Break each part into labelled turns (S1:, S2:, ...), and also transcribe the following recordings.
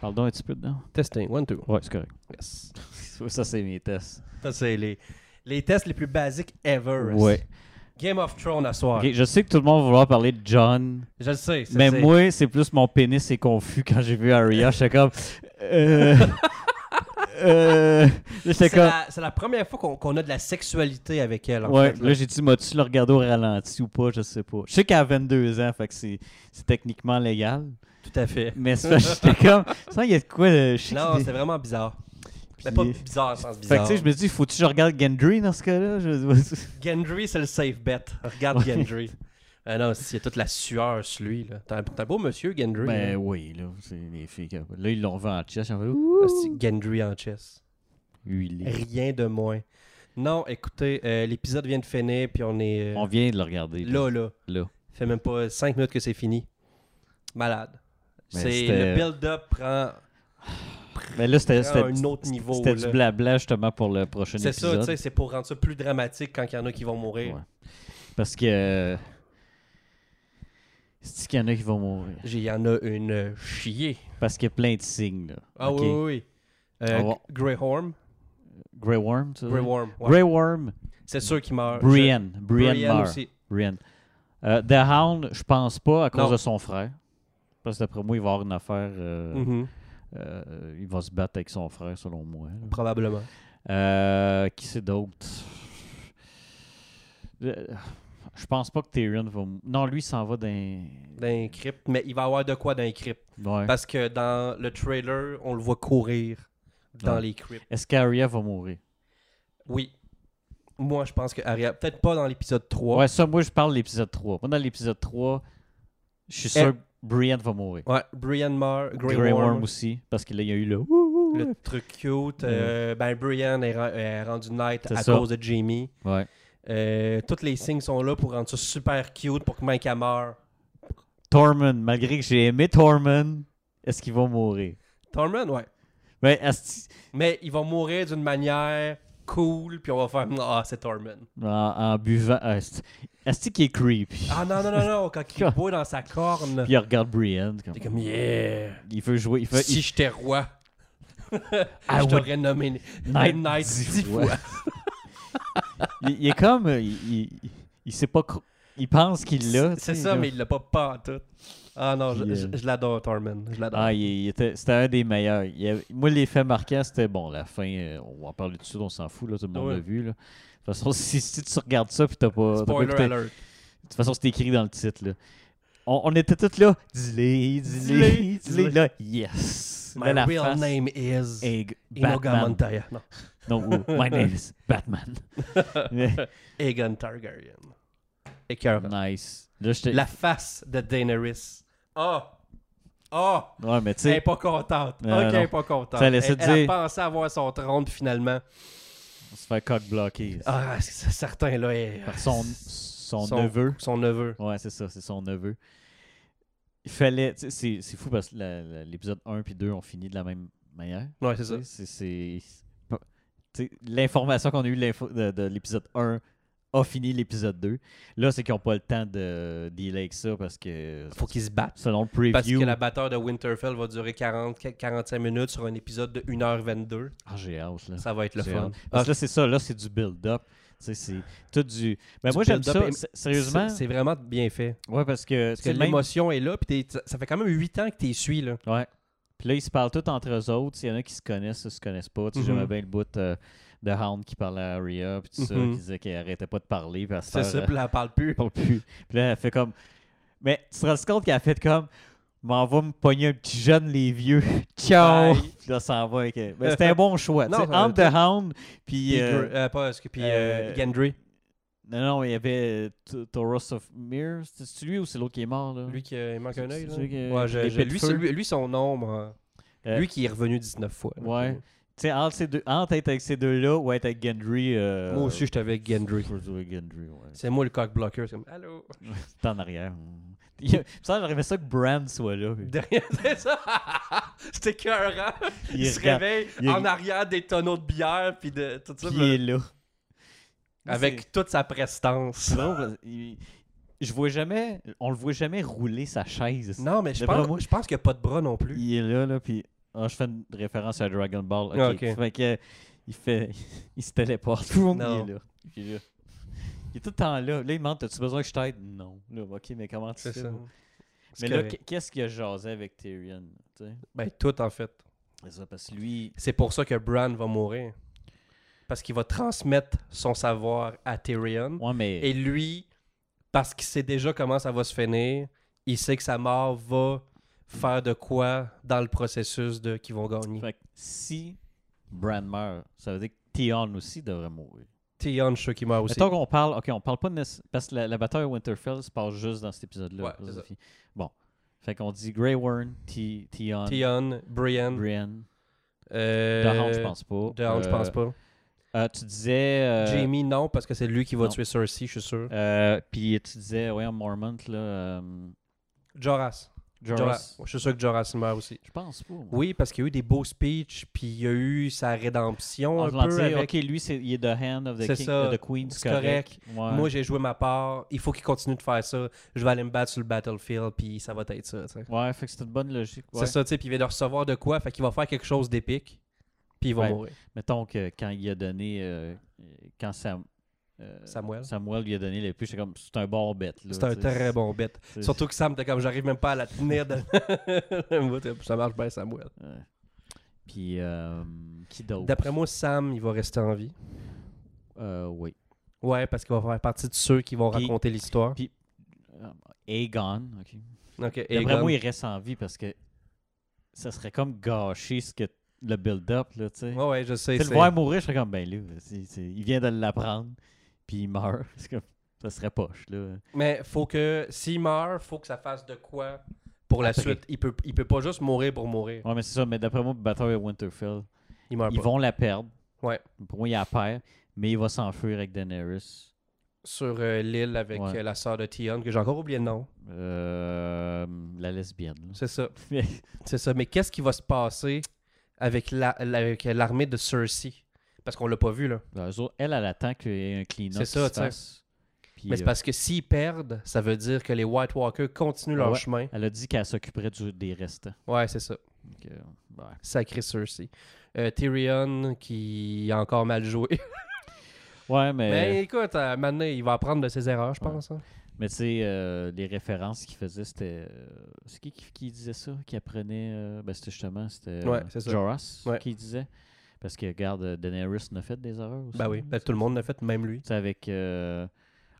S1: Parle donc un petit peu dedans.
S2: Testing, one, two.
S1: Ouais, c'est correct.
S2: Yes.
S1: Ça, c'est mes tests.
S2: Ça, c'est les, les tests les plus basiques ever.
S1: Ouais.
S2: Game of Thrones à soir.
S1: Ok, je sais que tout le monde va vouloir parler de John,
S2: Je le sais. ça,
S1: mais
S2: c'est-
S1: moi, c'est plus mon pénis est confus quand j'ai vu Arya. J'étais comme. Euh. euh. J'étais
S2: c'est
S1: comme.
S2: la, c'est la première fois qu'on qu'on a de la sexualité avec elle. en
S1: Ouais,
S2: fait, là.
S1: là, j'ai dit, m'as-tu le regardé au ralenti ou pas? Je sais pas. Je sais qu'elle a 22 ans, fait que c'est c'est techniquement légal.
S2: Tout à fait.
S1: Mais c'est parce que j'étais comme. Ça, il y a de quoi. euh, Je sais
S2: Non,
S1: qu'il-
S2: c'est vraiment bizarre. Mais
S1: Puis-
S2: pas bizarre,
S1: Fait
S2: sens
S1: que
S2: bizarre.
S1: tu sais, je me dis, faut-tu que je regarde Gendry dans ce cas-là? Je-
S2: Gendry, c'est le safe bet. Regarde Gendry. Ah non, c'est toute la sueur sur lui. là. T'es un, t'es un beau monsieur, Gendry.
S1: Ben
S2: hein.
S1: oui, là, c'est les filles. qui- Là, ils l'ont vu en chest. Ils ont fait
S2: Ah,
S1: ouh,
S2: c'est Gendry en chess.
S1: huilé.
S2: Rien de moins. Non, écoutez, euh, l'épisode vient de finir, puis on est euh,
S1: On vient de le regarder.
S2: là, là.
S1: Là.
S2: Fait même pas 5 minutes que c'est fini. Malade.
S1: Mais
S2: C'est
S1: c'était-
S2: le build-up prend.
S1: Mais là, c'était
S2: Prends
S1: c'était-
S2: un autre niveau,
S1: C'était du
S2: là.
S1: blabla justement pour le prochain
S2: C'est ça,
S1: épisode.
S2: tu sais, c'est pour rendre ça plus dramatique quand il y en a qui vont mourir.
S1: Ouais. Parce que. euh, C'est qu'il y en a qui vont mourir.
S2: J'ai- Il y en a une chier.
S1: Parce qu'il y a plein de signes. Là.
S2: Ah
S1: Ok.
S2: oui, oui, oui. Euh,
S1: On va-
S2: Grey Worm.
S1: Grey Worm, tu
S2: Grey Worm. ouais.
S1: Grey Worm.
S2: C'est sûr qu'il meurt.
S1: Brienne.
S2: Je-
S1: Brienne meurt.
S2: aussi.
S1: Brienne. Euh, The Hound, je pense pas à cause
S2: Non.
S1: de son frère. Parce que d'après moi, il va avoir une affaire. euh,
S2: Mhm,
S1: euh, il va se battre avec son frère, selon moi. là.
S2: Probablement.
S1: Euh, qui c'est d'autre Euh, Je pense pas que Tyrion va. mou- Non, lui, il s'en va d'un.
S2: D'un crypte. Mais il va y avoir de quoi d'un crypte.
S1: Ouais.
S2: Parce que dans le trailer, on le voit courir dans
S1: Ouais.
S2: les cryptes.
S1: Est-ce qu'Arya va mourir
S2: Oui. Moi, je pense que Arya. Peut-être pas dans l'épisode 3.
S1: Ouais, ça, moi, je parle de l'épisode 3. Moi, dans l'épisode 3, je suis sûr
S2: Elle-
S1: que Brienne va mourir.
S2: Eh. Ouais, Brienne meurt. Grey,
S1: Grey,
S2: Worm.
S1: Worm. aussi, parce qu'il y a eu le. Ouh, ouh,
S2: Le truc cute. euh, ben, Brienne est, ren- est rendue night
S1: C'est
S2: à
S1: ça.
S2: cause de Jamie.
S1: Ouais.
S2: Euh, toutes les signes sont là pour rendre ça super cute pour que Mike meure.
S1: Tormund, malgré que j'ai aimé Tormund, est-ce qu'il va mourir
S2: Tormund, ouais.
S1: Ben, asti-
S2: Mais il va mourir d'une manière cool, puis on va faire Ah, c'est Tormund.
S1: en, en buvant. Asti, asti qui est creepy.
S2: Ah non, non, non, non, quand il boit dans sa corne.
S1: Puis il regarde Brienne. comme-
S2: T'es comme Yeah.
S1: Il veut jouer. Il fait,
S2: si j'étais roi,
S1: Ah
S2: je
S1: ouais.
S2: t'aurais nommé
S1: Knight
S2: Knight, Knight
S1: dix
S2: dix
S1: fois.
S2: fois.
S1: il, il est comme. euh, Il, il, il sait pas. cro- Il pense qu'il l'a.
S2: C'est- C'est
S1: tu sais,
S2: ça,
S1: là.
S2: mais il l'a pas pas en tout. Ah non, je,
S1: Puis,
S2: je-
S1: euh,
S2: je l'adore, Tormund. Je l'adore.
S1: Ah, il, il était, c'était un des meilleurs. Il y avait- moi, l'effet marquant, c'était bon, la fin. euh, on va en parler tout de suite, on s'en fout, là, tout le monde
S2: Ouais.
S1: l'a vu. Là. De toute façon, si, si tu regardes ça, puis t'as pas. t'as pas
S2: Spoiler
S1: écouté-
S2: alert.
S1: de toute façon, c'est écrit dans le titre. Là. On, on était tous là. Dis-le, dis-le,
S2: Dis-le,
S1: dis-le.
S2: dis-le.
S1: Là, yes.
S2: My
S1: Là, la
S2: real
S1: face
S2: name is
S1: est
S2: Inoga
S1: Ben Batman.
S2: Montoya. Non,
S1: Non, ou- my name is Batman. Mais-
S2: Aegon Targaryen. Écœurant.
S1: nice. Là, j'étais-
S2: La face de Daenerys. Ah! Ah!
S1: Ouais, mais tu
S2: Elle est
S1: sais,
S2: pas contente.
S1: Non,
S2: ok, elle
S1: non.
S2: est pas contente.
S1: Ça
S2: Elle,
S1: laissait
S2: elle a
S1: dire-
S2: pensé avoir son trône, puis finalement.
S1: on se fait cock bloquer.
S2: Ah, c'est certain, là. elle-
S1: Par son, son,
S2: Son-
S1: neveu.
S2: Son neveu.
S1: Ouais, c'est ça, c'est son neveu. Il fallait. tu sais, C'est c'est fou parce que la- la- l'épisode 1 puis 2 ont fini de la même manière.
S2: Ouais,
S1: tu
S2: c'est ça.
S1: sais, C'est. c'est- pas- tu sais, L'information qu'on a eue l'info- de, de l'épisode 1 a fini l'épisode 2. Là, c'est qu'ils n'ont pas le temps de dealer avec ça parce que.
S2: Faut qu'ils se battent.
S1: Selon le preview.
S2: Parce que la batteur de Winterfell va durer 40, 45 minutes sur un épisode de 1h22.
S1: Ah, j'ai hâte, là.
S2: Ça va être le
S1: J'ai
S2: fun. Ah,
S1: hâte. Parce que là, c'est ça, là, c'est du build-up. Tu sais, C'est tout du. Mais
S2: Du
S1: moi, j'aime ça.
S2: build-up et-
S1: s- Sérieusement.
S2: C'est c'est vraiment bien fait.
S1: Ouais, parce que.
S2: Parce
S1: c'est
S2: que
S1: le même-
S2: l'émotion est là, puis t'es- ça fait quand même 8 ans que t'es suis, là.
S1: Ouais. Puis là, ils se parlent tous entre eux autres. Il y en a qui se connaissent, qui se connaissent pas. Tu sais,
S2: Mhm.
S1: J'aimais bien le bout euh, de Hound qui parlait à Aria, puis tout ça,
S2: Mhm.
S1: qui disait qu'elle arrêtait pas de parler. Puis elle se
S2: C'est ça,
S1: fait,
S2: puis là, elle parle plus.
S1: euh, parle plus. Puis là, elle fait comme. Mais tu te rends compte qu'elle a fait comme. M'en va me pogner un petit jeune, les vieux. Ciao!
S2: Bye.
S1: Puis là, s'en va. avec elle. Mais c'était un bon choix. tu
S2: Non,
S1: sais,
S2: ça va
S1: entre The Hound, puis.
S2: Puis,
S1: euh,
S2: Gr- euh, pas, parce que- puis,
S1: euh,
S2: euh, Gendry,
S1: Non, non, il y avait euh, T- Taurus of Mir. C'est lui ou c'est l'autre qui est mort, là?
S2: lui qui euh, il manque un
S1: c'est-
S2: œil.
S1: c'est
S2: là.
S1: celui qui-
S2: Ouais,
S1: qui
S2: je-
S1: les
S2: je-
S1: pète
S2: lui,
S1: feu.
S2: c'est- lui, lui, son ombre.
S1: Euh,
S2: euh, lui qui est revenu 19 fois. là.
S1: Ouais. Tu sais, entre, ces deux- entre être avec ces deux-là ou être avec Gendry. euh,
S2: Moi aussi, j'étais avec Gendry.
S1: Faut jouer Gendry, ouais.
S2: C'est moi le cock blocker. C'est comme, allô?
S1: C'est en arrière. mm. Il y a- Ça, j'aimerais ça que Bran soit là. puis
S2: Derrière, c'est ça. C'était écœurant. Il, se
S1: regarde-
S2: réveille
S1: il-
S2: en arrière des tonneaux de bière, puis de tout ça.
S1: puis il
S2: là,
S1: est là.
S2: avec toute sa prestance.
S1: C'est drôle, parce- il- Je vois jamais. On le voit jamais rouler sa chaise.
S2: Non, mais je
S1: D'après
S2: pense,
S1: moi-
S2: je pense qu'il n'y a pas de bras non plus.
S1: Il est là, là, puis Ah, je fais une référence à Dragon Ball. Ok.
S2: Ah, ok.
S1: Fait que, il, fait, il se téléporte. Tout
S2: Non.
S1: il est là. Il est là. Il est tout le temps là. Là, il me demande As-tu besoin que je t'aide Non. Là, ok, mais comment tu
S2: C'est
S1: fais
S2: ça.
S1: moi?
S2: C'est
S1: Mais là,
S2: correct.
S1: qu'est-ce qu'il a jasé avec Tyrion tu sais?
S2: ben, tout en fait.
S1: C'est ça, parce que lui.
S2: C'est pour ça que Bran va mourir. Parce qu'il va transmettre son savoir à Tyrion.
S1: Ouais, mais.
S2: Et lui, parce qu'il sait déjà comment ça va se finir, il sait que sa mort va faire de quoi dans le processus de qu'ils vont gagner.
S1: Fait que si Bran meurt, ça veut dire que Theon aussi devrait mourir.
S2: Theon, je suis sûr qu'il meurt aussi.
S1: Mettons qu'on parle, ok, on parle pas de nécess- parce que la, la bataille à Winterfell se passe juste dans cet épisode-là.
S2: Ouais, c'est ça.
S1: Bon, fait qu'on dit Grey Worm, T- Theon,
S2: Theon, Brian.
S1: Brienne,
S2: euh,
S1: Doran, je pense pas.
S2: Doran, je
S1: Euh,
S2: pense pas.
S1: euh, tu disais. euh,
S2: Jamie, non, parce que c'est lui qui va
S1: non.
S2: tuer Cersei, je suis sûr.
S1: euh, Puis tu disais, ouais, Mormont, là. euh,
S2: Joras.
S1: Jorah.
S2: Joras. Je suis sûr que Joras il meurt aussi.
S1: Je pense pas. moi.
S2: Oui, parce qu'il y a eu des beaux speeches, puis il y a eu sa rédemption
S1: On
S2: un
S1: se l'en
S2: peu
S1: dit,
S2: avec...
S1: ok, lui, c'est, il est the hand of the,
S2: C'est
S1: king,
S2: ça.
S1: of the queen, c'est
S2: C'est
S1: correct. Ouais.
S2: Moi, j'ai joué ma part. Il faut qu'il continue de faire ça. Je vais aller me battre sur le battlefield, puis ça va être ça. tu sais.
S1: ouais, fait que c'est une bonne logique. ouais.
S2: C'est ça, tu sais. Puis il vient de recevoir de quoi. Fait qu'il va faire quelque chose d'épique, puis il va
S1: Ouais.
S2: mourir.
S1: Mettons que quand il a donné. euh, quand Sam, euh,
S2: Samuel.
S1: Samuel lui a donné l'épée, c'est comme. C'est un bon bête. là,
S2: C'est un
S1: tu sais,
S2: très bon bête.
S1: c'est-
S2: Surtout que Sam, t'es comme, j'arrive même pas à la tenir. De... Moi, t'es- ça marche bien, Samuel.
S1: Ouais. Puis, euh, qui d'autre
S2: D'après moi, Sam, il va rester en vie.
S1: Euh, oui.
S2: Ouais, parce qu'il va faire partie de ceux qui vont
S1: Puis-
S2: raconter l'histoire.
S1: puis- Euh, Aegon, ok.
S2: Ok,
S1: D'après
S2: Aegon.
S1: moi, il reste en vie parce que ça serait comme gâcher ce que le build-up, là, tu sais.
S2: Ouais, ouais, je sais.
S1: Tu sais, le
S2: c'est-
S1: voir mourir, je serais comme, ben là, c'est- c'est- il vient de l'apprendre, puis il meurt. C'est comme, ça serait poche, là.
S2: Mais faut que, s'il meurt, faut que ça fasse de quoi pour la
S1: Après.
S2: suite. Il peut, il peut pas juste mourir pour mourir.
S1: Ouais, mais c'est ça, mais d'après moi, Bataille à Winterfell,
S2: Il meurt
S1: ils
S2: pas.
S1: vont la perdre.
S2: Ouais.
S1: Pour moi, il la perd, mais il va s'enfuir avec Daenerys.
S2: sur euh, l'île avec
S1: Ouais.
S2: euh, la sœur de Tion, que j'ai encore oublié le nom.
S1: Euh, la lesbienne,
S2: C'est ça.
S1: là.
S2: C'est ça. Mais qu'est-ce qui va se passer avec la- la- avec l'armée de Cersei? Parce qu'on l'a pas vu, là.
S1: Ben, eux autres, elle, elle attend qu'il y ait un clean-up.
S2: C'est
S1: qui se
S2: ça, tu sais.
S1: fasse. Puis,
S2: Mais c'est
S1: euh,
S2: parce que s'ils perdent, ça veut dire que les White Walkers continuent leur
S1: Ah Ouais.
S2: chemin.
S1: Elle a dit qu'elle s'occuperait du- des restants.
S2: Ouais, c'est ça.
S1: Donc, euh, ouais.
S2: Sacré Cersei. Euh, Tyrion, qui a encore mal joué.
S1: Ouais, mais.
S2: Mais écoute, à un moment donné, il va apprendre de ses erreurs, je
S1: Ouais.
S2: pense. hein.
S1: Mais tu sais, euh, les références qu'il faisait, c'était. euh, c'est qui, qui qui disait ça Qui apprenait. euh, ben, c'était justement. C'était.
S2: Ouais, c'est ça.
S1: Joras
S2: Ouais.
S1: qui disait. Parce que, regarde, euh, Daenerys n'a fait des erreurs aussi.
S2: Ben oui, ben, tout le monde l'a fait, même lui.
S1: Tu sais, avec. euh,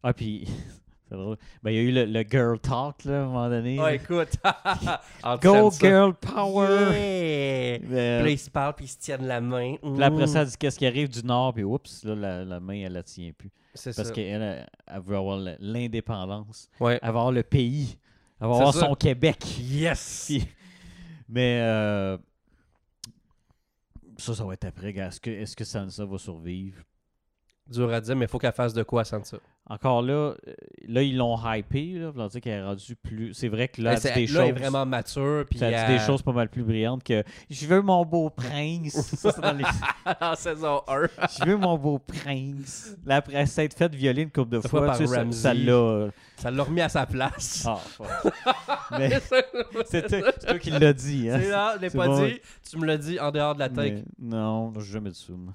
S1: Ah, puis. c'est drôle. Ben, il y a eu le, le girl talk, là, à un moment donné.
S2: Ouais,
S1: là.
S2: Ah, écoute.
S1: Go girl power
S2: Yeah!
S1: Mais,
S2: Puis là, ils se parlent, puis ils se tiennent la main.
S1: Puis là, après
S2: Mm.
S1: ça, elle dit qu'est-ce qui arrive du nord, puis oups, là, la, la main, elle la tient plus.
S2: C'est
S1: Parce
S2: ça.
S1: qu'elle, elle, elle veut avoir la- l'indépendance,
S2: Ouais.
S1: elle veut avoir le pays, elle veut
S2: C'est
S1: avoir
S2: ça.
S1: son Québec.
S2: Yes!
S1: Puis- mais euh, ça, ça va être après, gars. Est-ce que, est-ce que Sansa va survivre?
S2: Dur à dire, mais faut qu'elle fasse de quoi, Sansa.
S1: Encore là, euh, là, ils l'ont hypé, là, pour dire qu'elle est rendue plus... C'est vrai que là,
S2: Elle
S1: elle dit des
S2: c'est- là, elle est
S1: choses...
S2: vraiment euh, mature, puis
S1: ça dit
S2: elle-
S1: des choses pas mal plus brillantes que « Je veux mon beau prince! » Ça, c'est dans les-
S2: en saison 1.
S1: Je veux mon beau prince. Là, après s'être fait violer une couple de
S2: Fois
S1: fois,
S2: par
S1: tu sais, ça-
S2: Ramsey.
S1: ça l'a. euh,
S2: Ça l'a remis à sa place.
S1: Ah, fuck. Mais c'est
S2: c'est
S1: toi, c'est toi qui l'as dit, hein?
S2: là, je l'ai
S1: c'est
S2: pas
S1: bon.
S2: dit. Tu me l'as dit en dehors de la tech.
S1: Mais non, j'ai jamais dit ça, moi.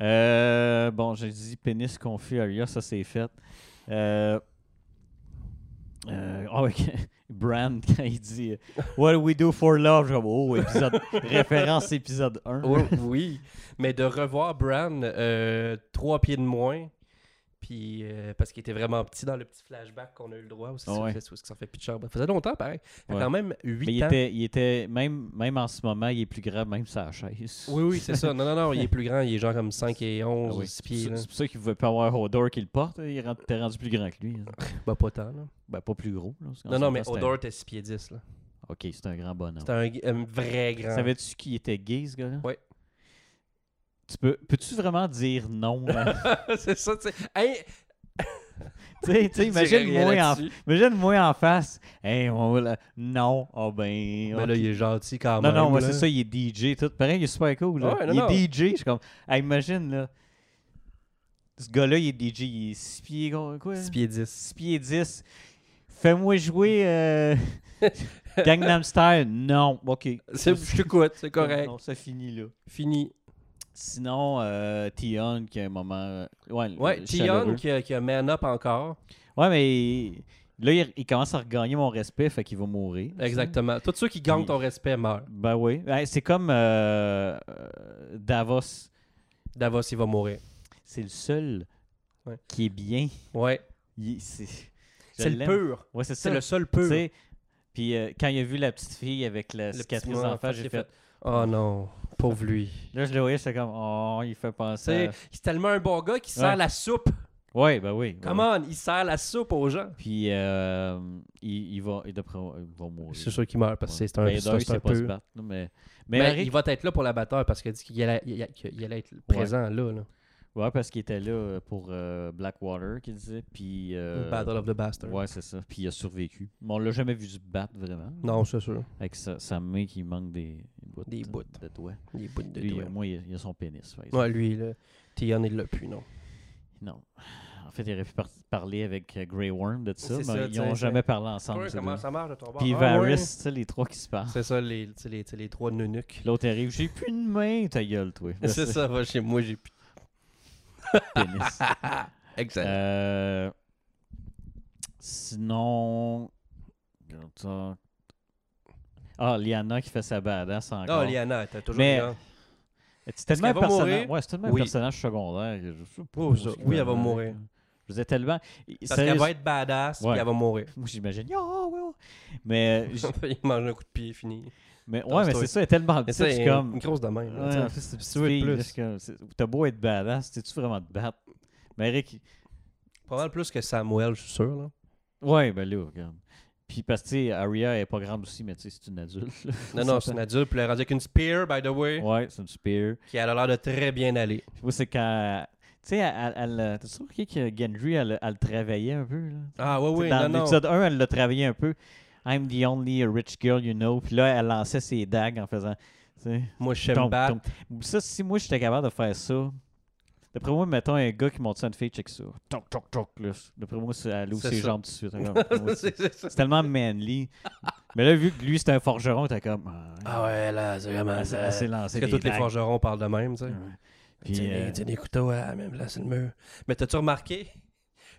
S1: Euh, bon, j'ai dit pénis confus, Arya, ça c'est fait. Euh, euh, ah oui, Brand, quand il dit euh, What do we do for love? Je suis comme, oh, épisode, référence épisode 1.
S2: Oh, oui. Mais de revoir Bran euh, trois pieds de moins, puis euh, parce qu'il était vraiment petit dans le petit flashback qu'on a eu le droit aussi.
S1: Ah
S2: ça
S1: ouais.
S2: fait- Ça fait pitcher. Ça faisait longtemps, pareil. Ça fait
S1: Ouais.
S2: quand même
S1: Mais
S2: 8
S1: il
S2: ans.
S1: était, il était même, même en ce moment, il est plus grave, même sa chaise.
S2: Oui, oui, c'est ça. Non, non, non, il est plus grand. Il est genre comme 5 et 11,
S1: Ah oui.
S2: 6
S1: C'est
S2: pieds.
S1: pour
S2: là.
S1: ça- c'est pour ça qu'il ne veut pas avoir Hodor qui le porte. hein. Il est rendu, t'es rendu plus grand que lui. hein.
S2: Bah, pas tant, là.
S1: Ben, pas plus gros. là, parce qu'en
S2: Non,
S1: ce
S2: non,
S1: moment,
S2: mais
S1: c'est un-
S2: Odor était 6 pieds 10, là.
S1: Ok, c'est un grand bonhomme.
S2: C'était un, un vrai grand.
S1: Savais-tu qu'il était gay, ce gars-là?
S2: Ouais.
S1: Tu peux, peux-tu vraiment dire non? là?
S2: c'est ça, tu sais. Hey,
S1: tu sais, tu sais,
S2: je dirais rien
S1: imagine-moi en,
S2: là-dessus.
S1: imagine-moi en face. Hey, on va là- Non. Ah ben.
S2: Mais
S1: ok.
S2: là, il est gentil
S1: non,
S2: quand même.
S1: non, moi,
S2: là. Ah
S1: c'est ça, il est DJ. Tout. Pareil, il est super cool. là.
S2: Ouais, non,
S1: il est
S2: non.
S1: DJ. Je suis comme. Hey, imagine, là. Ce gars-là, il est DJ. Il est 6 pieds. Quoi?
S2: 6 pieds 10.
S1: 6 pieds 10. Fais-moi jouer euh, Gangnam Style. Non, ok.
S2: C'est- Je t'écoute, c'est correct.
S1: Non, ça finit là.
S2: Fini.
S1: Sinon, euh, Tion qui a un moment. euh, Ouais,
S2: Ouais,
S1: euh,
S2: Tion
S1: chaleureux.
S2: qui a, qui a man up encore.
S1: Ouais, mais là, il, il commence à regagner mon respect, fait qu'il va mourir.
S2: Exactement. Tous ceux qui gagnent ton respect meurent.
S1: Ben oui. Ouais, C'est comme euh, euh, Davos.
S2: Davos, il va mourir.
S1: C'est le seul
S2: Ouais.
S1: qui est bien.
S2: Ouais.
S1: Il- C'est je
S2: C'est le
S1: l'aime.
S2: pur.
S1: Ouais, c'est
S2: C'est
S1: ça.
S2: le seul
S1: Tu
S2: pur.
S1: sais, Puis euh, quand il a vu la petite fille avec la
S2: Le
S1: cicatrice
S2: petit
S1: en
S2: mort,
S1: face, j'ai fait. Euh,
S2: Oh non, pauvre lui.
S1: Là, je le voyais, j'étais comme, oh, il fait penser.
S2: C'est
S1: à-
S2: c'est tellement un bon gars qui sert
S1: Ouais.
S2: la soupe.
S1: Ouais, ben oui. ben
S2: Come on, il sert la soupe aux gens.
S1: oui. Puis euh, il, il va, et d'après, il va mourir.
S2: C'est sûr qu'il meurt parce que
S1: Ouais.
S2: c'est un,
S1: Ben,
S2: c'est
S1: d'un,
S2: un-
S1: il
S2: c'est un
S1: sait pas se
S2: peu.
S1: battre, là, mais, mais
S2: Mais
S1: Harry-
S2: il va être là pour la bataille parce qu'il a dit qu'il allait, il allait- qu'il allait être présent là. là.
S1: ouais, parce qu'il était là euh, pour euh, Blackwater, qu'il disait. Puis. euh,
S2: Battle of the Bastards.
S1: Ouais, c'est ça. Puis il a survécu. Mais on l'a jamais vu se battre vraiment.
S2: Non, c'est sûr.
S1: Avec sa, sa main qui manque des, bouts,
S2: Des bouts.
S1: de doigts.
S2: Il est bout de
S1: Lui, euh,
S2: doigts.
S1: au moins, il a, il a son pénis. par exemple.
S2: Ouais, lui, là. Tion, il l'a plus, non.
S1: Non. En fait, il aurait pu par- parler avec euh, Grey Worm de ça,
S2: C'est
S1: mais
S2: ça,
S1: ils
S2: t'sais,
S1: n'ont
S2: c'est-
S1: jamais parlé ensemble. ces deux-là.
S2: ça marche de ton bord?
S1: Puis
S2: Ah,
S1: Varys,
S2: ouais.
S1: tu sais, les trois qui se parlent.
S2: C'est ça, les, tu sais, les, tu sais, les trois nunucs.
S1: L'autre arrive, j'ai plus de main, ta gueule, toi. Là,
S2: C'est ça, va chez moi, j'ai plus.
S1: pénis.
S2: Exact.
S1: Euh, sinon. Ah, Liana qui fait sa badass encore.
S2: Non, Liana, t'as toujours
S1: Mais-
S2: bien.
S1: C'est tellement, un
S2: Ah, Est-ce qu'elle va
S1: personnage...
S2: mourir?
S1: ouais, c'est tellement
S2: Oui.
S1: un personnage secondaire. que Je sais pas
S2: Oh, ça.
S1: ce qu'il
S2: Oui,
S1: va
S2: elle va
S1: faire.
S2: mourir.
S1: Je vous ai tellement.
S2: Parce qu'elle
S1: Sérieux-
S2: va être badass,
S1: Ouais.
S2: puis elle va mourir.
S1: Moi, j'imagine. Oh, oui, oui. Mais, j-
S2: il mange un coup de pied, fini.
S1: mais
S2: Dans
S1: ouais, mais
S2: Story.
S1: c'est ça, elle est tellement
S2: Mais
S1: petite.
S2: c'est
S1: C'est comme.
S2: une grosse de même. là, tu sais.
S1: Ouais, en fait, c'est une
S2: si tu veux
S1: petite
S2: de
S1: fille,
S2: plus.
S1: c'est comme- c'est- T'as beau être badass, t'es-tu vraiment te battre? Mais Eric,
S2: Pas mal plus que Samuel, je suis sûr. Là.
S1: ouais, ben là, regarde. Puis parce que, tu sais, Aria elle est pas grande aussi, mais tu sais, c'est une adulte. là.
S2: Non, non, c'est une adulte, puis elle est rendue avec une spear, by the way,
S1: Ouais, c'est une spear.
S2: qui elle a l'air de très bien aller.
S1: Puis moi, c'est quand. Tu sais, elle. elle, elle- T'as remarqué que Gendry, elle, elle travaillait un peu, là?
S2: Ah,
S1: Tu sais,
S2: ouais, oui,
S1: dans
S2: non, non.
S1: l'épisode 1, elle l'a travaillé un peu. I'm the only rich girl you know. Puis là, elle lançait ses dagues en faisant. tu sais,
S2: Moi, je sais me
S1: tombe,
S2: battre.
S1: tombe. Ça, si moi, j'étais capable de faire ça. D'après moi, mettons un gars qui monte ça à une fille, check ça. Toc, toc, toc. là. D'après moi, c'est- elle ouvre
S2: C'est
S1: ses
S2: ça.
S1: jambes tout de suite. Comme, moi, c'est
S2: C'est- c'est ça.
S1: c'est tellement manly. Mais là, vu que lui, c'était un forgeron, t'es comme.
S2: Ah, ouais, là, c'est vraiment.
S1: elle s'est- elle s'est
S2: Parce
S1: lancée
S2: que
S1: des
S2: tous les
S1: dagues.
S2: forgerons parlent de même, tu sais.
S1: Ouais. Puis,
S2: Tiens,
S1: euh,
S2: les- tiens, les couteaux à la même place, c'est le mur. Mais t'as-tu remarqué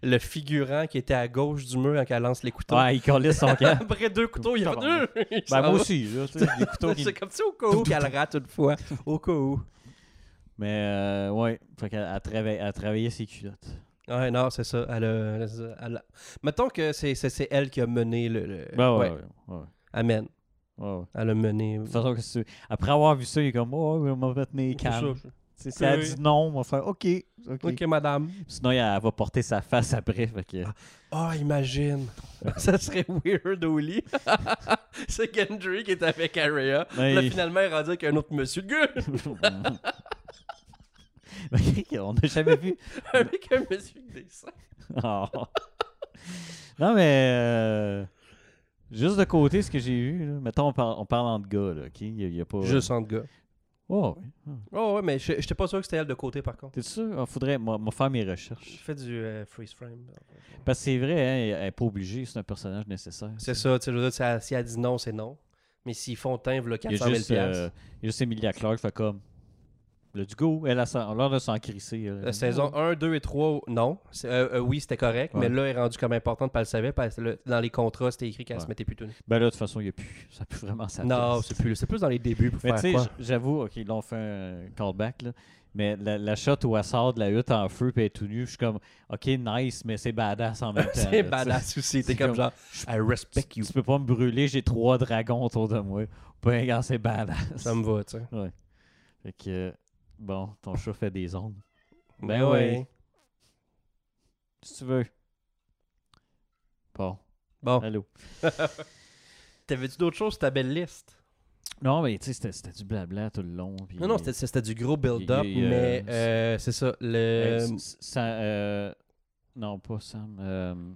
S2: le figurant qui était à gauche du mur quand elle lance les couteaux?
S1: ouais, il collait son camp.
S2: Après deux couteaux, il y a fait
S1: Tabarnak.
S2: deux. Il
S1: Ben,
S2: s'en
S1: moi
S2: va.
S1: aussi, là, tu sais, des couteaux qui
S2: C'est comme ça au cas où qu'elle rate une fois. Au cas où.
S1: Mais euh, ouais, fait qu'elle elle travaille- elle travaillait ses culottes.
S2: Ouais, non, c'est ça. Elle a- elle a- elle a- Mettons que c'est, c'est, c'est elle qui a mené le. le-
S1: Ben ouais, ouais. ouais,
S2: Amen.
S1: ouais, ouais.
S2: Elle a mené.
S1: De toute façon, qu'est-ce que tu veux? après avoir vu ça, il est comme, oh, mais on va tenir calme.
S2: C'est ça.
S1: Tu sais, Si elle
S2: Oui.
S1: dit non, on va faire OK. OK.
S2: Ok, madame.
S1: Sinon, elle, elle va porter sa face après. Fait que...
S2: Ah, imagine. ça serait weird au lit. c'est Gendry qui est avec Arya.
S1: Mais-
S2: Là, finalement, il est rendu avec un autre monsieur. Gueux!
S1: Ben, on n'a jamais vu.
S2: avec un monsieur qui descend.
S1: Oh. Non, mais. euh, Juste de côté, ce que j'ai eu, là. mettons, on parle, on parle entre gars, là, OK? Il y a- il y a pas.
S2: Juste en gars.
S1: Oh, ouais.
S2: Oh, ouais, mais je- j'étais pas sûr que c'était elle de côté, par contre.
S1: T'es sûr? Ah, faudrait. Moi, moi, faire mes
S2: Je
S1: recherches.
S2: fais du euh, freeze frame.
S1: Parce que c'est vrai, hein, elle n'est pas obligée, c'est un personnage nécessaire.
S2: C'est ça, tu sais, je veux dire, si elle- si elle dit non, c'est non. Mais s'ils font teindre, là,
S1: Il y
S2: 400
S1: a
S2: 000
S1: juste, euh, il y a juste Emilia Clarke, fait comme. Let's go. Elle a son- l'air de s'en crisser. euh, elle.
S2: La Euh, saison 1, 2 et 3, non. C'est- euh, euh, oui, c'était correct, mais
S1: Ouais.
S2: là, elle est rendue comme importante, parce qu'elle le savait, parce que là, dans les contrats, c'était écrit qu'elle
S1: Ouais.
S2: se mettait plutôt.
S1: Ben là, de toute façon, il n'y a plus. Ça pue vraiment sa
S2: Non,
S1: place.
S2: c'est plus, c'est plus dans les débuts pour
S1: Mais tu
S2: faire
S1: sais,
S2: quoi.
S1: j- j'avoue, OK, là, on fait un callback, là. Mais la, la shot où elle sort de la hutte en feu puis elle est tout nue, je suis comme, OK, nice, mais c'est badass en même temps. là, tu
S2: C'est
S1: sais.
S2: badass aussi. T'es
S1: c'est
S2: comme
S1: comme-
S2: genre, I
S1: Tu,
S2: respect you.
S1: tu peux pas me brûler, j'ai trois dragons autour de moi. Ben, gars, c'est badass.
S2: Ça me va, tu sais.
S1: Fait que, bon, ton chat fait des ondes.
S2: Mais
S1: Ben ouais. Si tu veux. Bon,
S2: Bon,
S1: allô.
S2: t'avais-tu d'autres choses sur ta belle liste?
S1: Non, mais tu sais, c'était- c'était du blabla tout le long. puis-
S2: Non, non, c'était- c'était du gros build-up,
S1: il- il, euh,
S2: mais euh, c'est ça.
S1: Euh,
S2: Le...
S1: s- s- ça, euh, non, pas Sam. euh,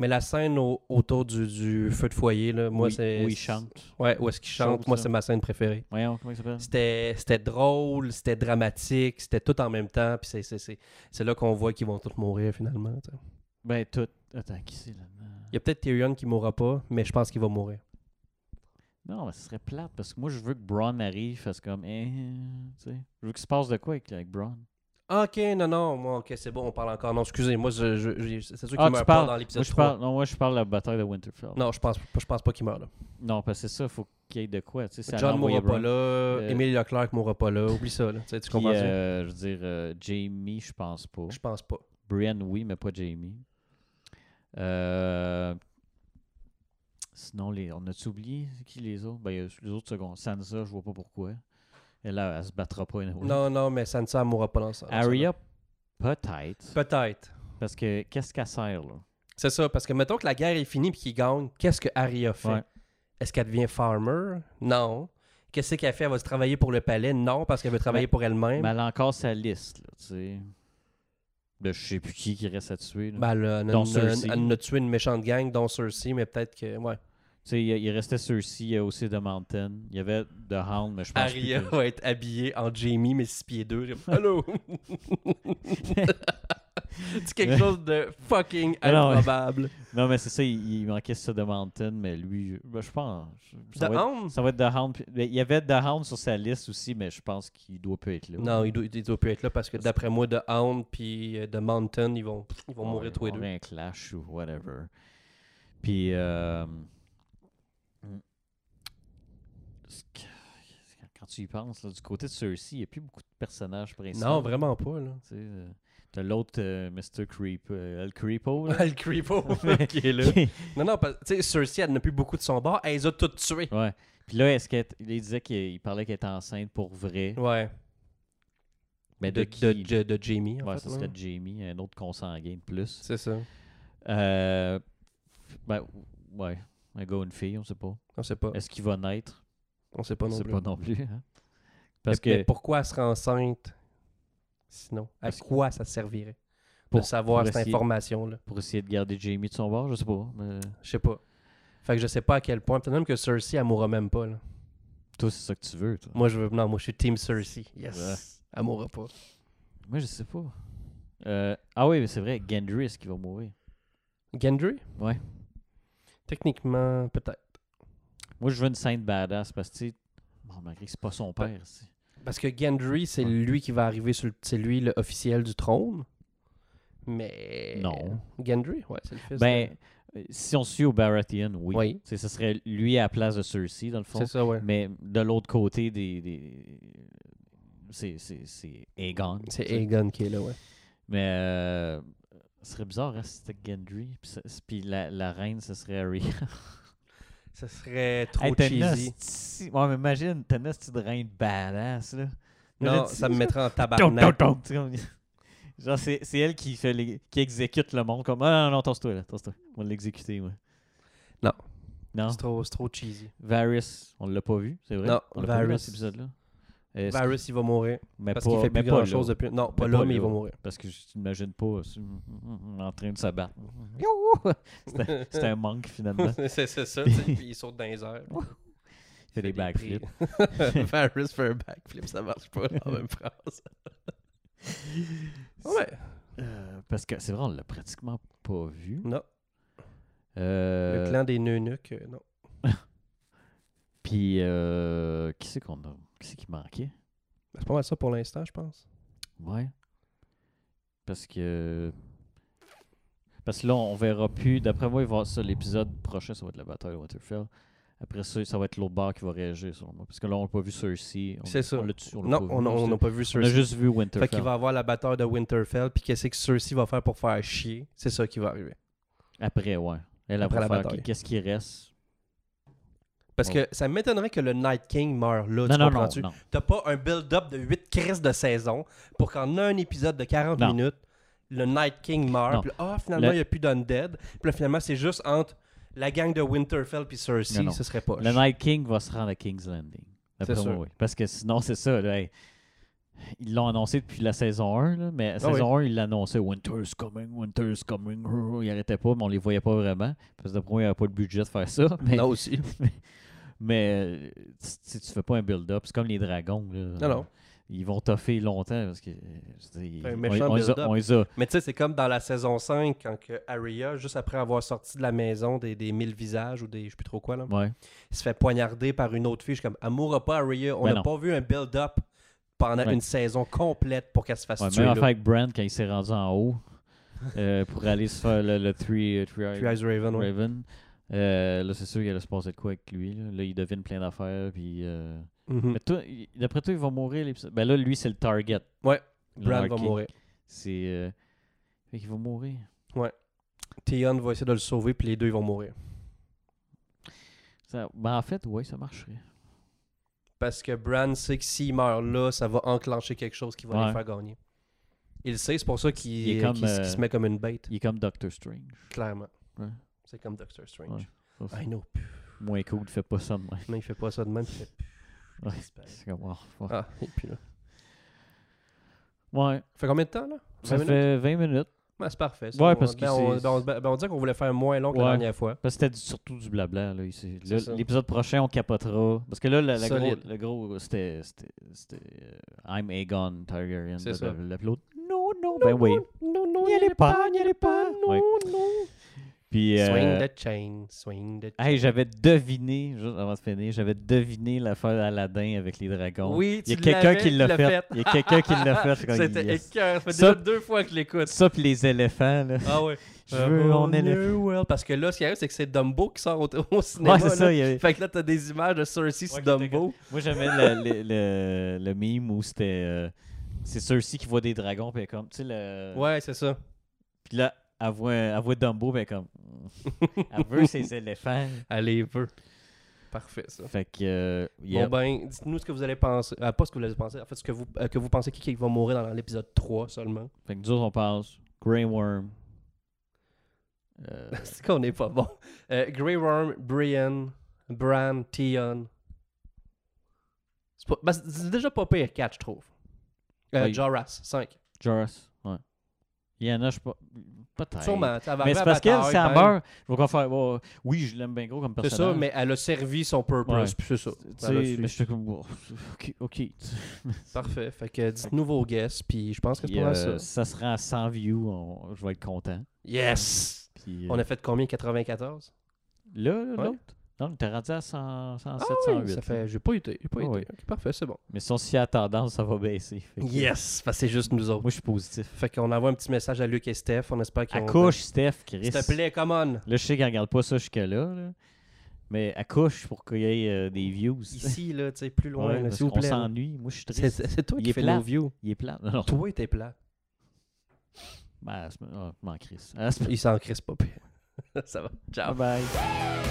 S2: Mais la scène au- autour du, du feu de foyer, là, moi,
S1: oui,
S2: c'est.
S1: Oui, chante.
S2: Ouais, où est-ce qu'il chante?
S1: Chante,
S2: Moi,
S1: ça.
S2: c'est ma scène préférée.
S1: Voyons, comment il s'appelle
S2: C'était c'était drôle, c'était dramatique, c'était tout en même temps. Puis c'est- c'est- c'est c'est là qu'on voit qu'ils vont tous mourir finalement. tu sais.
S1: Ben, tout. Attends, qui c'est là-dedans
S2: Il y a peut-être Tyrion qui mourra pas, mais je pense qu'il va mourir.
S1: Non, mais ce serait plate parce que moi, je veux que Braun arrive, fasse comme. Eh, tu sais. Je veux qu'il se passe de quoi avec, avec Braun.
S2: Ok, non, non, moi, ok, c'est bon, on parle encore. Non, excusez, moi, je- je- je- c'est sûr qu'il
S1: Ah, tu
S2: meurt pas
S1: parles.
S2: dans
S1: Moi
S2: l'épisode
S1: je,
S2: 3.
S1: parle, non, moi, je parle de la bataille de Winterfell.
S2: Non, je pense, je pense pas qu'il meurt. Là.
S1: Non, parce que c'est ça, il faut qu'il y ait de quoi. Tu sais, c'est à
S2: John
S1: l'envoyer
S2: mourra pas
S1: Bronn.
S2: là, Émile Leclerc mourra pas là, oublie ça, là. Tu sais, tu
S1: Puis,
S2: comprends ça?
S1: euh, je veux dire, euh, Jamie, je pense pas.
S2: Je pense pas.
S1: Brienne, oui, mais pas Jamie. Euh, Sinon, les... on a-tu oublié c'est qui les autres Ben, il y a les autres secondes. Sansa, je vois pas pourquoi. Elle, elle, elle se battra pas. anyway.
S2: Non, non, mais Sansa mourra pas dans ça. dans ça, là.
S1: Arya, peut-être.
S2: Peut-être.
S1: Parce que qu'est-ce qu'elle sert, là
S2: C'est ça, parce que mettons que la guerre est finie puis qu'il gagne, qu'est-ce que Arya fait?
S1: Ouais.
S2: Est-ce qu'elle devient farmer? Non. Qu'est-ce qu'elle fait? Elle va se travailler pour le palais? Non, parce qu'elle veut travailler
S1: Mais-
S2: pour elle-même.
S1: Mais elle a encore sa liste, là, tu sais. De je sais plus qui qui reste à tuer. là.
S2: Ben, là, elle,
S1: Dont
S2: en a-
S1: Cersei.
S2: elle en a tué une méchante gang, dont Cersei, mais peut-être que. Ouais.
S1: Tu sais, il, il restait Cersei, il y a aussi The Mountain. Il y avait The Hound, mais je pense plus
S2: Arya
S1: que-
S2: Ah, va être habillée en Jamie, mais six pieds deux. J'ai- Allô? C'est quelque chose de fucking
S1: Mais non, mais-
S2: improbable.
S1: Non, mais c'est ça, il, il manquait ça The Mountain, mais lui, je- ben, je pense. je- Ça
S2: The
S1: va, être,
S2: Hound?
S1: ça va être The Hound. puis- mais Il y avait The Hound sur sa liste aussi, mais je pense qu'il doit pas être là.
S2: Non, il doit, il doit plus être là parce que d'après moi, The Hound puis euh, The Mountain, ils vont, ils vont
S1: Ouais,
S2: mourir tous les
S1: on
S2: deux.
S1: aurait un clash ou whatever. Puis. euh, mm. Ce que- Quand tu y penses, là, du côté de Cersei, il n'y a plus beaucoup de personnages principaux.
S2: Non, vraiment pas, là.
S1: Tu sais, euh, T'as l'autre euh, Mr. Creep, euh, El Creepo. là.
S2: Ah, le creepo qui est là. Non, non, parce- tu sais, Cersei, elle n'a plus beaucoup de son bord. Elle les a toutes tuées.
S1: ouais. Puis là, est-ce qu'elle il disait qu'il il parlait qu'elle était enceinte pour vrai?
S2: Ouais.
S1: Mais de, qui?
S2: de, de, de Jamie, en
S1: Ouais,
S2: fait.
S1: ça
S2: là.
S1: serait Jamie, un autre consanguin de plus.
S2: C'est ça.
S1: Euh, ben, ouais, un gars ou une fille, on sait pas.
S2: On sait pas.
S1: Est-ce qu'il va naître?
S2: On sait pas
S1: On
S2: non
S1: sait
S2: plus.
S1: pas non plus. hein. Parce
S2: Mais- mais
S1: que
S2: pourquoi elle serait enceinte sinon À
S1: Parce que-
S2: quoi ça servirait
S1: Pour-
S2: de savoir
S1: pour
S2: cette
S1: essayer-
S2: information-là
S1: pour essayer de garder Jamie de son bord, je sais pas. mais
S2: Je sais pas. Fait que je sais pas à quel point. Peut-être même que Cersei, elle mourra même pas. là.
S1: toi, c'est ça que tu veux, toi.
S2: Moi, je veux. Non, moi, je suis Team Cersei. Yes.
S1: Ouais.
S2: Elle mourra pas.
S1: Moi, je sais pas. Euh, ah oui, mais c'est vrai, Gendry, est-ce qu'il va mourir?
S2: Gendry
S1: Ouais.
S2: Techniquement, peut-être.
S1: Moi, je veux une sainte badass parce que, tu sais, bon, malgré que c'est pas son père. c'est-
S2: Parce que Gendry, c'est lui qui va arriver sur le. C'est lui le officiel du trône. Mais.
S1: Non.
S2: Gendry, ouais, c'est le fils.
S1: Ben,
S2: de-
S1: euh, si on suit au Baratheon, oui.
S2: Oui.
S1: Tu sais, Ce serait lui à la place de Cersei, dans le fond.
S2: C'est ça, ouais.
S1: Mais de l'autre côté, des, des... c'est- c'est c'est Aegon.
S2: C'est
S1: tu sais.
S2: Aegon qui est là, ouais.
S1: Mais euh, ce serait bizarre hein, si c'était Gendry. Puis, ça- puis la, la reine, ce serait Arya.
S2: Ça serait
S1: Hey,
S2: trop
S1: t'as une
S2: cheesy.
S1: hostie- Ouais, mais imagine, t'as une hostie de reine badass, là.
S2: Non,
S1: Imagine-
S2: ça me mettrait en
S1: Toc, toc,
S2: tabarnak.
S1: toc, tu sais, comme- Genre, c'est c'est elle qui, fait les- qui exécute le monde comme Ah non, non, non, tosse-toi là, tosse-toi. On va l'exécuter, moi.
S2: Non.
S1: Non.
S2: C'est trop, c'est trop cheesy.
S1: Varys, on l'a pas vu, c'est vrai.
S2: Non,
S1: on l'a pas vu dans
S2: Varys.
S1: cet épisode-là. Est-ce que-
S2: Varys, Ben, il va mourir.
S1: mais
S2: Parce
S1: pas-
S2: qu'il fait
S1: mais
S2: plus
S1: pas
S2: grand chose
S1: là.
S2: depuis. Non,
S1: pas
S2: pas là, mais il
S1: là.
S2: va mourir.
S1: Parce que je t'imagine pas c'est- mm, en train de se battre. C'était c'était un manque finalement.
S2: c'est c'est ça, tu sais, puis il saute dans les airs. puis
S1: Il fait des backflips.
S2: prix. Varys fait un backflip, ça marche pas en même phrase. ouais.
S1: Euh, parce que c'est vrai, on l'a pratiquement pas vu.
S2: Non,
S1: Euh,
S2: le clan des Neunuques, euh, non.
S1: Puis, euh, qui c'est qu'on a Qui c'est qui manquait
S2: C'est pas mal ça pour l'instant, je pense.
S1: Ouais. Parce que. Parce que là, on verra plus. D'après moi, il va y avoir ça, l'épisode prochain, ça va être la bataille de Winterfell. Après ça, ça va être l'autre bar qui va réagir, selon moi. Parce que là, on l'a pas vu Cersei. On-
S2: C'est ça.
S1: On l'a tu- on l'a
S2: Non,
S1: pas vu,
S2: on a- on
S1: c'est-
S2: n'a pas vu
S1: On a
S2: Cersei.
S1: juste vu
S2: Fait
S1: Winterfell.
S2: qu'il va avoir la bataille de Winterfell, puis qu'est-ce que Cersei va faire pour faire chier? C'est ça qui va arriver.
S1: Après, ouais. Elle
S2: Après
S1: va
S2: la
S1: faire
S2: bataille.
S1: qu- Qu'est-ce qui reste
S2: Parce que ça m'étonnerait que le Night King meure
S1: Non,
S2: là, tu
S1: non, non,
S2: comprends-tu?
S1: non.
S2: T'as pas un build-up de 8 crises de saison pour qu'en un épisode de 40
S1: Non.
S2: minutes, le Night King
S1: Non.
S2: meurt. Puis là, ah, finalement, il
S1: Le-
S2: n'y a plus d'Undead. Puis là, finalement, c'est juste entre la gang de Winterfell puis Cersei,
S1: Non, non.
S2: ce serait pas.
S1: Le Night King va se rendre à King's Landing. D'après
S2: C'est
S1: moi,
S2: sûr.
S1: oui. Parce que sinon, c'est ça. là, hey. Ils l'ont annoncé depuis la saison 1, là, mais la
S2: Ah oui.
S1: saison 1, ils l'annonçaient Winter's coming, Winter's coming. oh, Ils n'arrêtaient pas, mais on les voyait pas vraiment. Parce que d'après moi, il n'y avait pas le budget de faire ça. Mais,
S2: Non, aussi.
S1: mais euh, si tu fais pas un build-up, c'est comme les dragons. là.
S2: Non, non.
S1: ils vont toffer longtemps parce que euh, je veux dire,
S2: C'est un
S1: on-
S2: méchant
S1: on, les a-
S2: build-up.
S1: on les a-
S2: Mais tu sais, c'est comme dans la saison 5, quand que Arya, juste après avoir sorti de la maison des, des mille visages ou des je sais plus trop quoi, là,
S1: ouais.
S2: il se fait poignarder par une autre fille. Je suis comme, amour pas Arya, on
S1: Ben
S2: n'a
S1: non.
S2: pas vu un build-up pendant
S1: Ouais.
S2: une saison complète pour qu'elle se fasse
S1: Ouais,
S2: tuer.
S1: même
S2: là.
S1: affaire avec Brand quand il s'est rendu en haut euh, pour aller se faire le, le Three, euh, three Eyed
S2: Three Eyes Raven, ouais.
S1: Raven. Euh, là, c'est sûr qu'il allait se passer de quoi avec lui. Là, Là, il devine plein d'affaires. Puis, euh,
S2: Mhm.
S1: Mais toi, il- d'après toi, il va mourir. l'épisode- Ben là, lui, c'est le target.
S2: Ouais,
S1: Le
S2: Bran va
S1: marqué.
S2: mourir.
S1: C'est. euh, Fait qu'il va mourir.
S2: Theon va essayer de le sauver, puis les deux ils vont mourir.
S1: Ça- Ben, en fait, oui, ça marcherait.
S2: Parce que Bran sait que s'il meurt là, ça va enclencher quelque chose qui va
S1: Ouais.
S2: les faire gagner. Il le sait, c'est pour ça qu'il
S1: Il est comme,
S2: qu'il s- qu'il
S1: euh,
S2: se met comme une bête,
S1: Il est comme Doctor Strange.
S2: clairement.
S1: Ouais.
S2: C'est comme Doctor Strange.
S1: Ouais. Sauf
S2: I know, plus.
S1: Moins cool, il fait pas ça de même.
S2: mais il fait pas ça de même. il fait plus.
S1: Ouais.
S2: Il disparaît.
S1: C'est comme. oh, fuck.
S2: Ah, et puis là.
S1: Ouais,
S2: Ça fait combien de temps là
S1: ça
S2: 20 minutes?
S1: fait 20 minutes.
S2: Ouais, c'est parfait. ça.
S1: Ouais,
S2: On-
S1: parce que
S2: ben, on,
S1: c'est-
S2: ben, on, ben, on disait qu'on voulait faire moins long que la
S1: Ouais.
S2: dernière fois.
S1: Parce que c'était du- surtout du blabla. Là, ici.
S2: C'est
S1: Là,
S2: ça.
S1: l'épisode prochain, on capotera. Parce que là, la- la gros-
S2: Solide.
S1: le gros, c'était. c'était- C'était. euh, I'm Aegon Targaryen.
S2: C'est ça.
S1: blablabla. Puis l'autre, Non, non, ben oui.
S2: Non, non,
S1: N'y allez pas, n'y allez pas.
S2: Non,
S1: Ouais.
S2: non.
S1: Puis. euh,
S2: Swing the chain, swing the chain.
S1: Hey, j'avais deviné, juste avant de finir, j'avais deviné l'affaire d'Aladin avec les dragons.
S2: Oui,
S1: il y a
S2: tu
S1: quelqu'un
S2: l'avais,
S1: qui
S2: tu
S1: l'a
S2: l'as
S1: fait.
S2: fait.
S1: Il y a quelqu'un qui l'a fait. Je suis comme,
S2: C'était
S1: yes.
S2: écoeur. Ça fait
S1: Ça-
S2: déjà deux fois que je l'écoute.
S1: Ça, puis les éléphants, là.
S2: Ah ouais.
S1: Je veux
S2: on
S1: mon éléphant.
S2: Parce que là, ce qui arrive, c'est que c'est Dumbo qui sort au, au cinéma.
S1: Ouais, c'est
S2: là.
S1: ça. il y avait-
S2: Fait que là, t'as des images de Cersei sur
S1: Ouais,
S2: Dumbo.
S1: Moi, j'aimais le, le, le, le meme où c'était. euh, c'est Cersei qui voit des dragons, puis elle est comme. Tu sais, le.
S2: Ouais, c'est ça.
S1: Puis là, elle voit, elle voit Dumbo, puis elle est comme. mm, Elle veut ses éléphants.
S2: Allez, veut. Parfait, ça.
S1: Fait que. euh, yep.
S2: Bon ben, dites-nous ce que vous allez penser. Ah, pas ce que vous allez penser. En fait, ce que vous, euh, que vous pensez qui, qui va mourir dans l'épisode 3 seulement.
S1: Fait que nous autres, on pense. Grey Worm. Euh,
S2: c'est qu'on n'est pas bon. Euh, Grey Worm, Brian, Bran, Theon. C'est pas- ben, c'est- c'est déjà pas pire 4, je trouve. Euh,
S1: Oui.
S2: Jorah, 5.
S1: Joris, ouais. Il y en a, je sais pas. Peut-être.
S2: Sûrement. ça va
S1: Mais
S2: arriver à
S1: c'est parce qu'elle,
S2: bataille,
S1: si elle
S2: bang.
S1: meurt, je vais encore faire. ouais, oui, je l'aime bien gros comme
S2: C'est
S1: personnage.
S2: ça, mais elle a servi son purpose,
S1: Ouais.
S2: puis c'est ça.
S1: Tu
S2: Elle a
S1: sais,
S2: su-
S1: mais je suis comme. oh, Ok, ok.
S2: Parfait. Fait que dites-nous vos guesses, puis je pense que c'est
S1: Puis,
S2: pas mal
S1: euh, ça
S2: ça.
S1: sera à 100 views, on- je vais être content.
S2: Yes!
S1: Puis, euh,
S2: On a fait combien? 94?
S1: Là, là,
S2: Ouais. Ah
S1: l'autre. Non, t'es rendu à 100, 107,
S2: oui,
S1: 108.
S2: ça fait... J'ai pas été. J'ai pas
S1: Ah
S2: été.
S1: oui.
S2: Ok, parfait, c'est bon.
S1: Mais si on s'y a tendance, ça va baisser. Fait que-
S2: Yes! Parce que c'est juste nous autres.
S1: Moi, je suis positif.
S2: Fait qu'on envoie un petit message à Luc et Steph. On espère qu'ils ont...
S1: Accouche, Steph, Chris.
S2: S'il te plaît, come on!
S1: Là, je sais qu'elle regarde pas ça jusque-là. là. Mais accouche pour qu'il y ait euh, des views.
S2: Ici, là, tu sais, plus loin,
S1: Ouais,
S2: là,
S1: parce
S2: s'il vous
S1: qu'on
S2: plaît. là.
S1: s'ennuie. Moi, je suis
S2: C'est
S1: triste.
S2: c'est toi
S1: Il
S2: qui
S1: est
S2: fais
S1: plat.
S2: nos views.
S1: Il est plat. Non, non.
S2: Toi, t'es plat.
S1: Ben, je m'en- ah, je m'en crisse. Ah, c'est-
S2: Il Ah, s'en crisse pas pire. ça va. Ciao!
S1: Bye bye.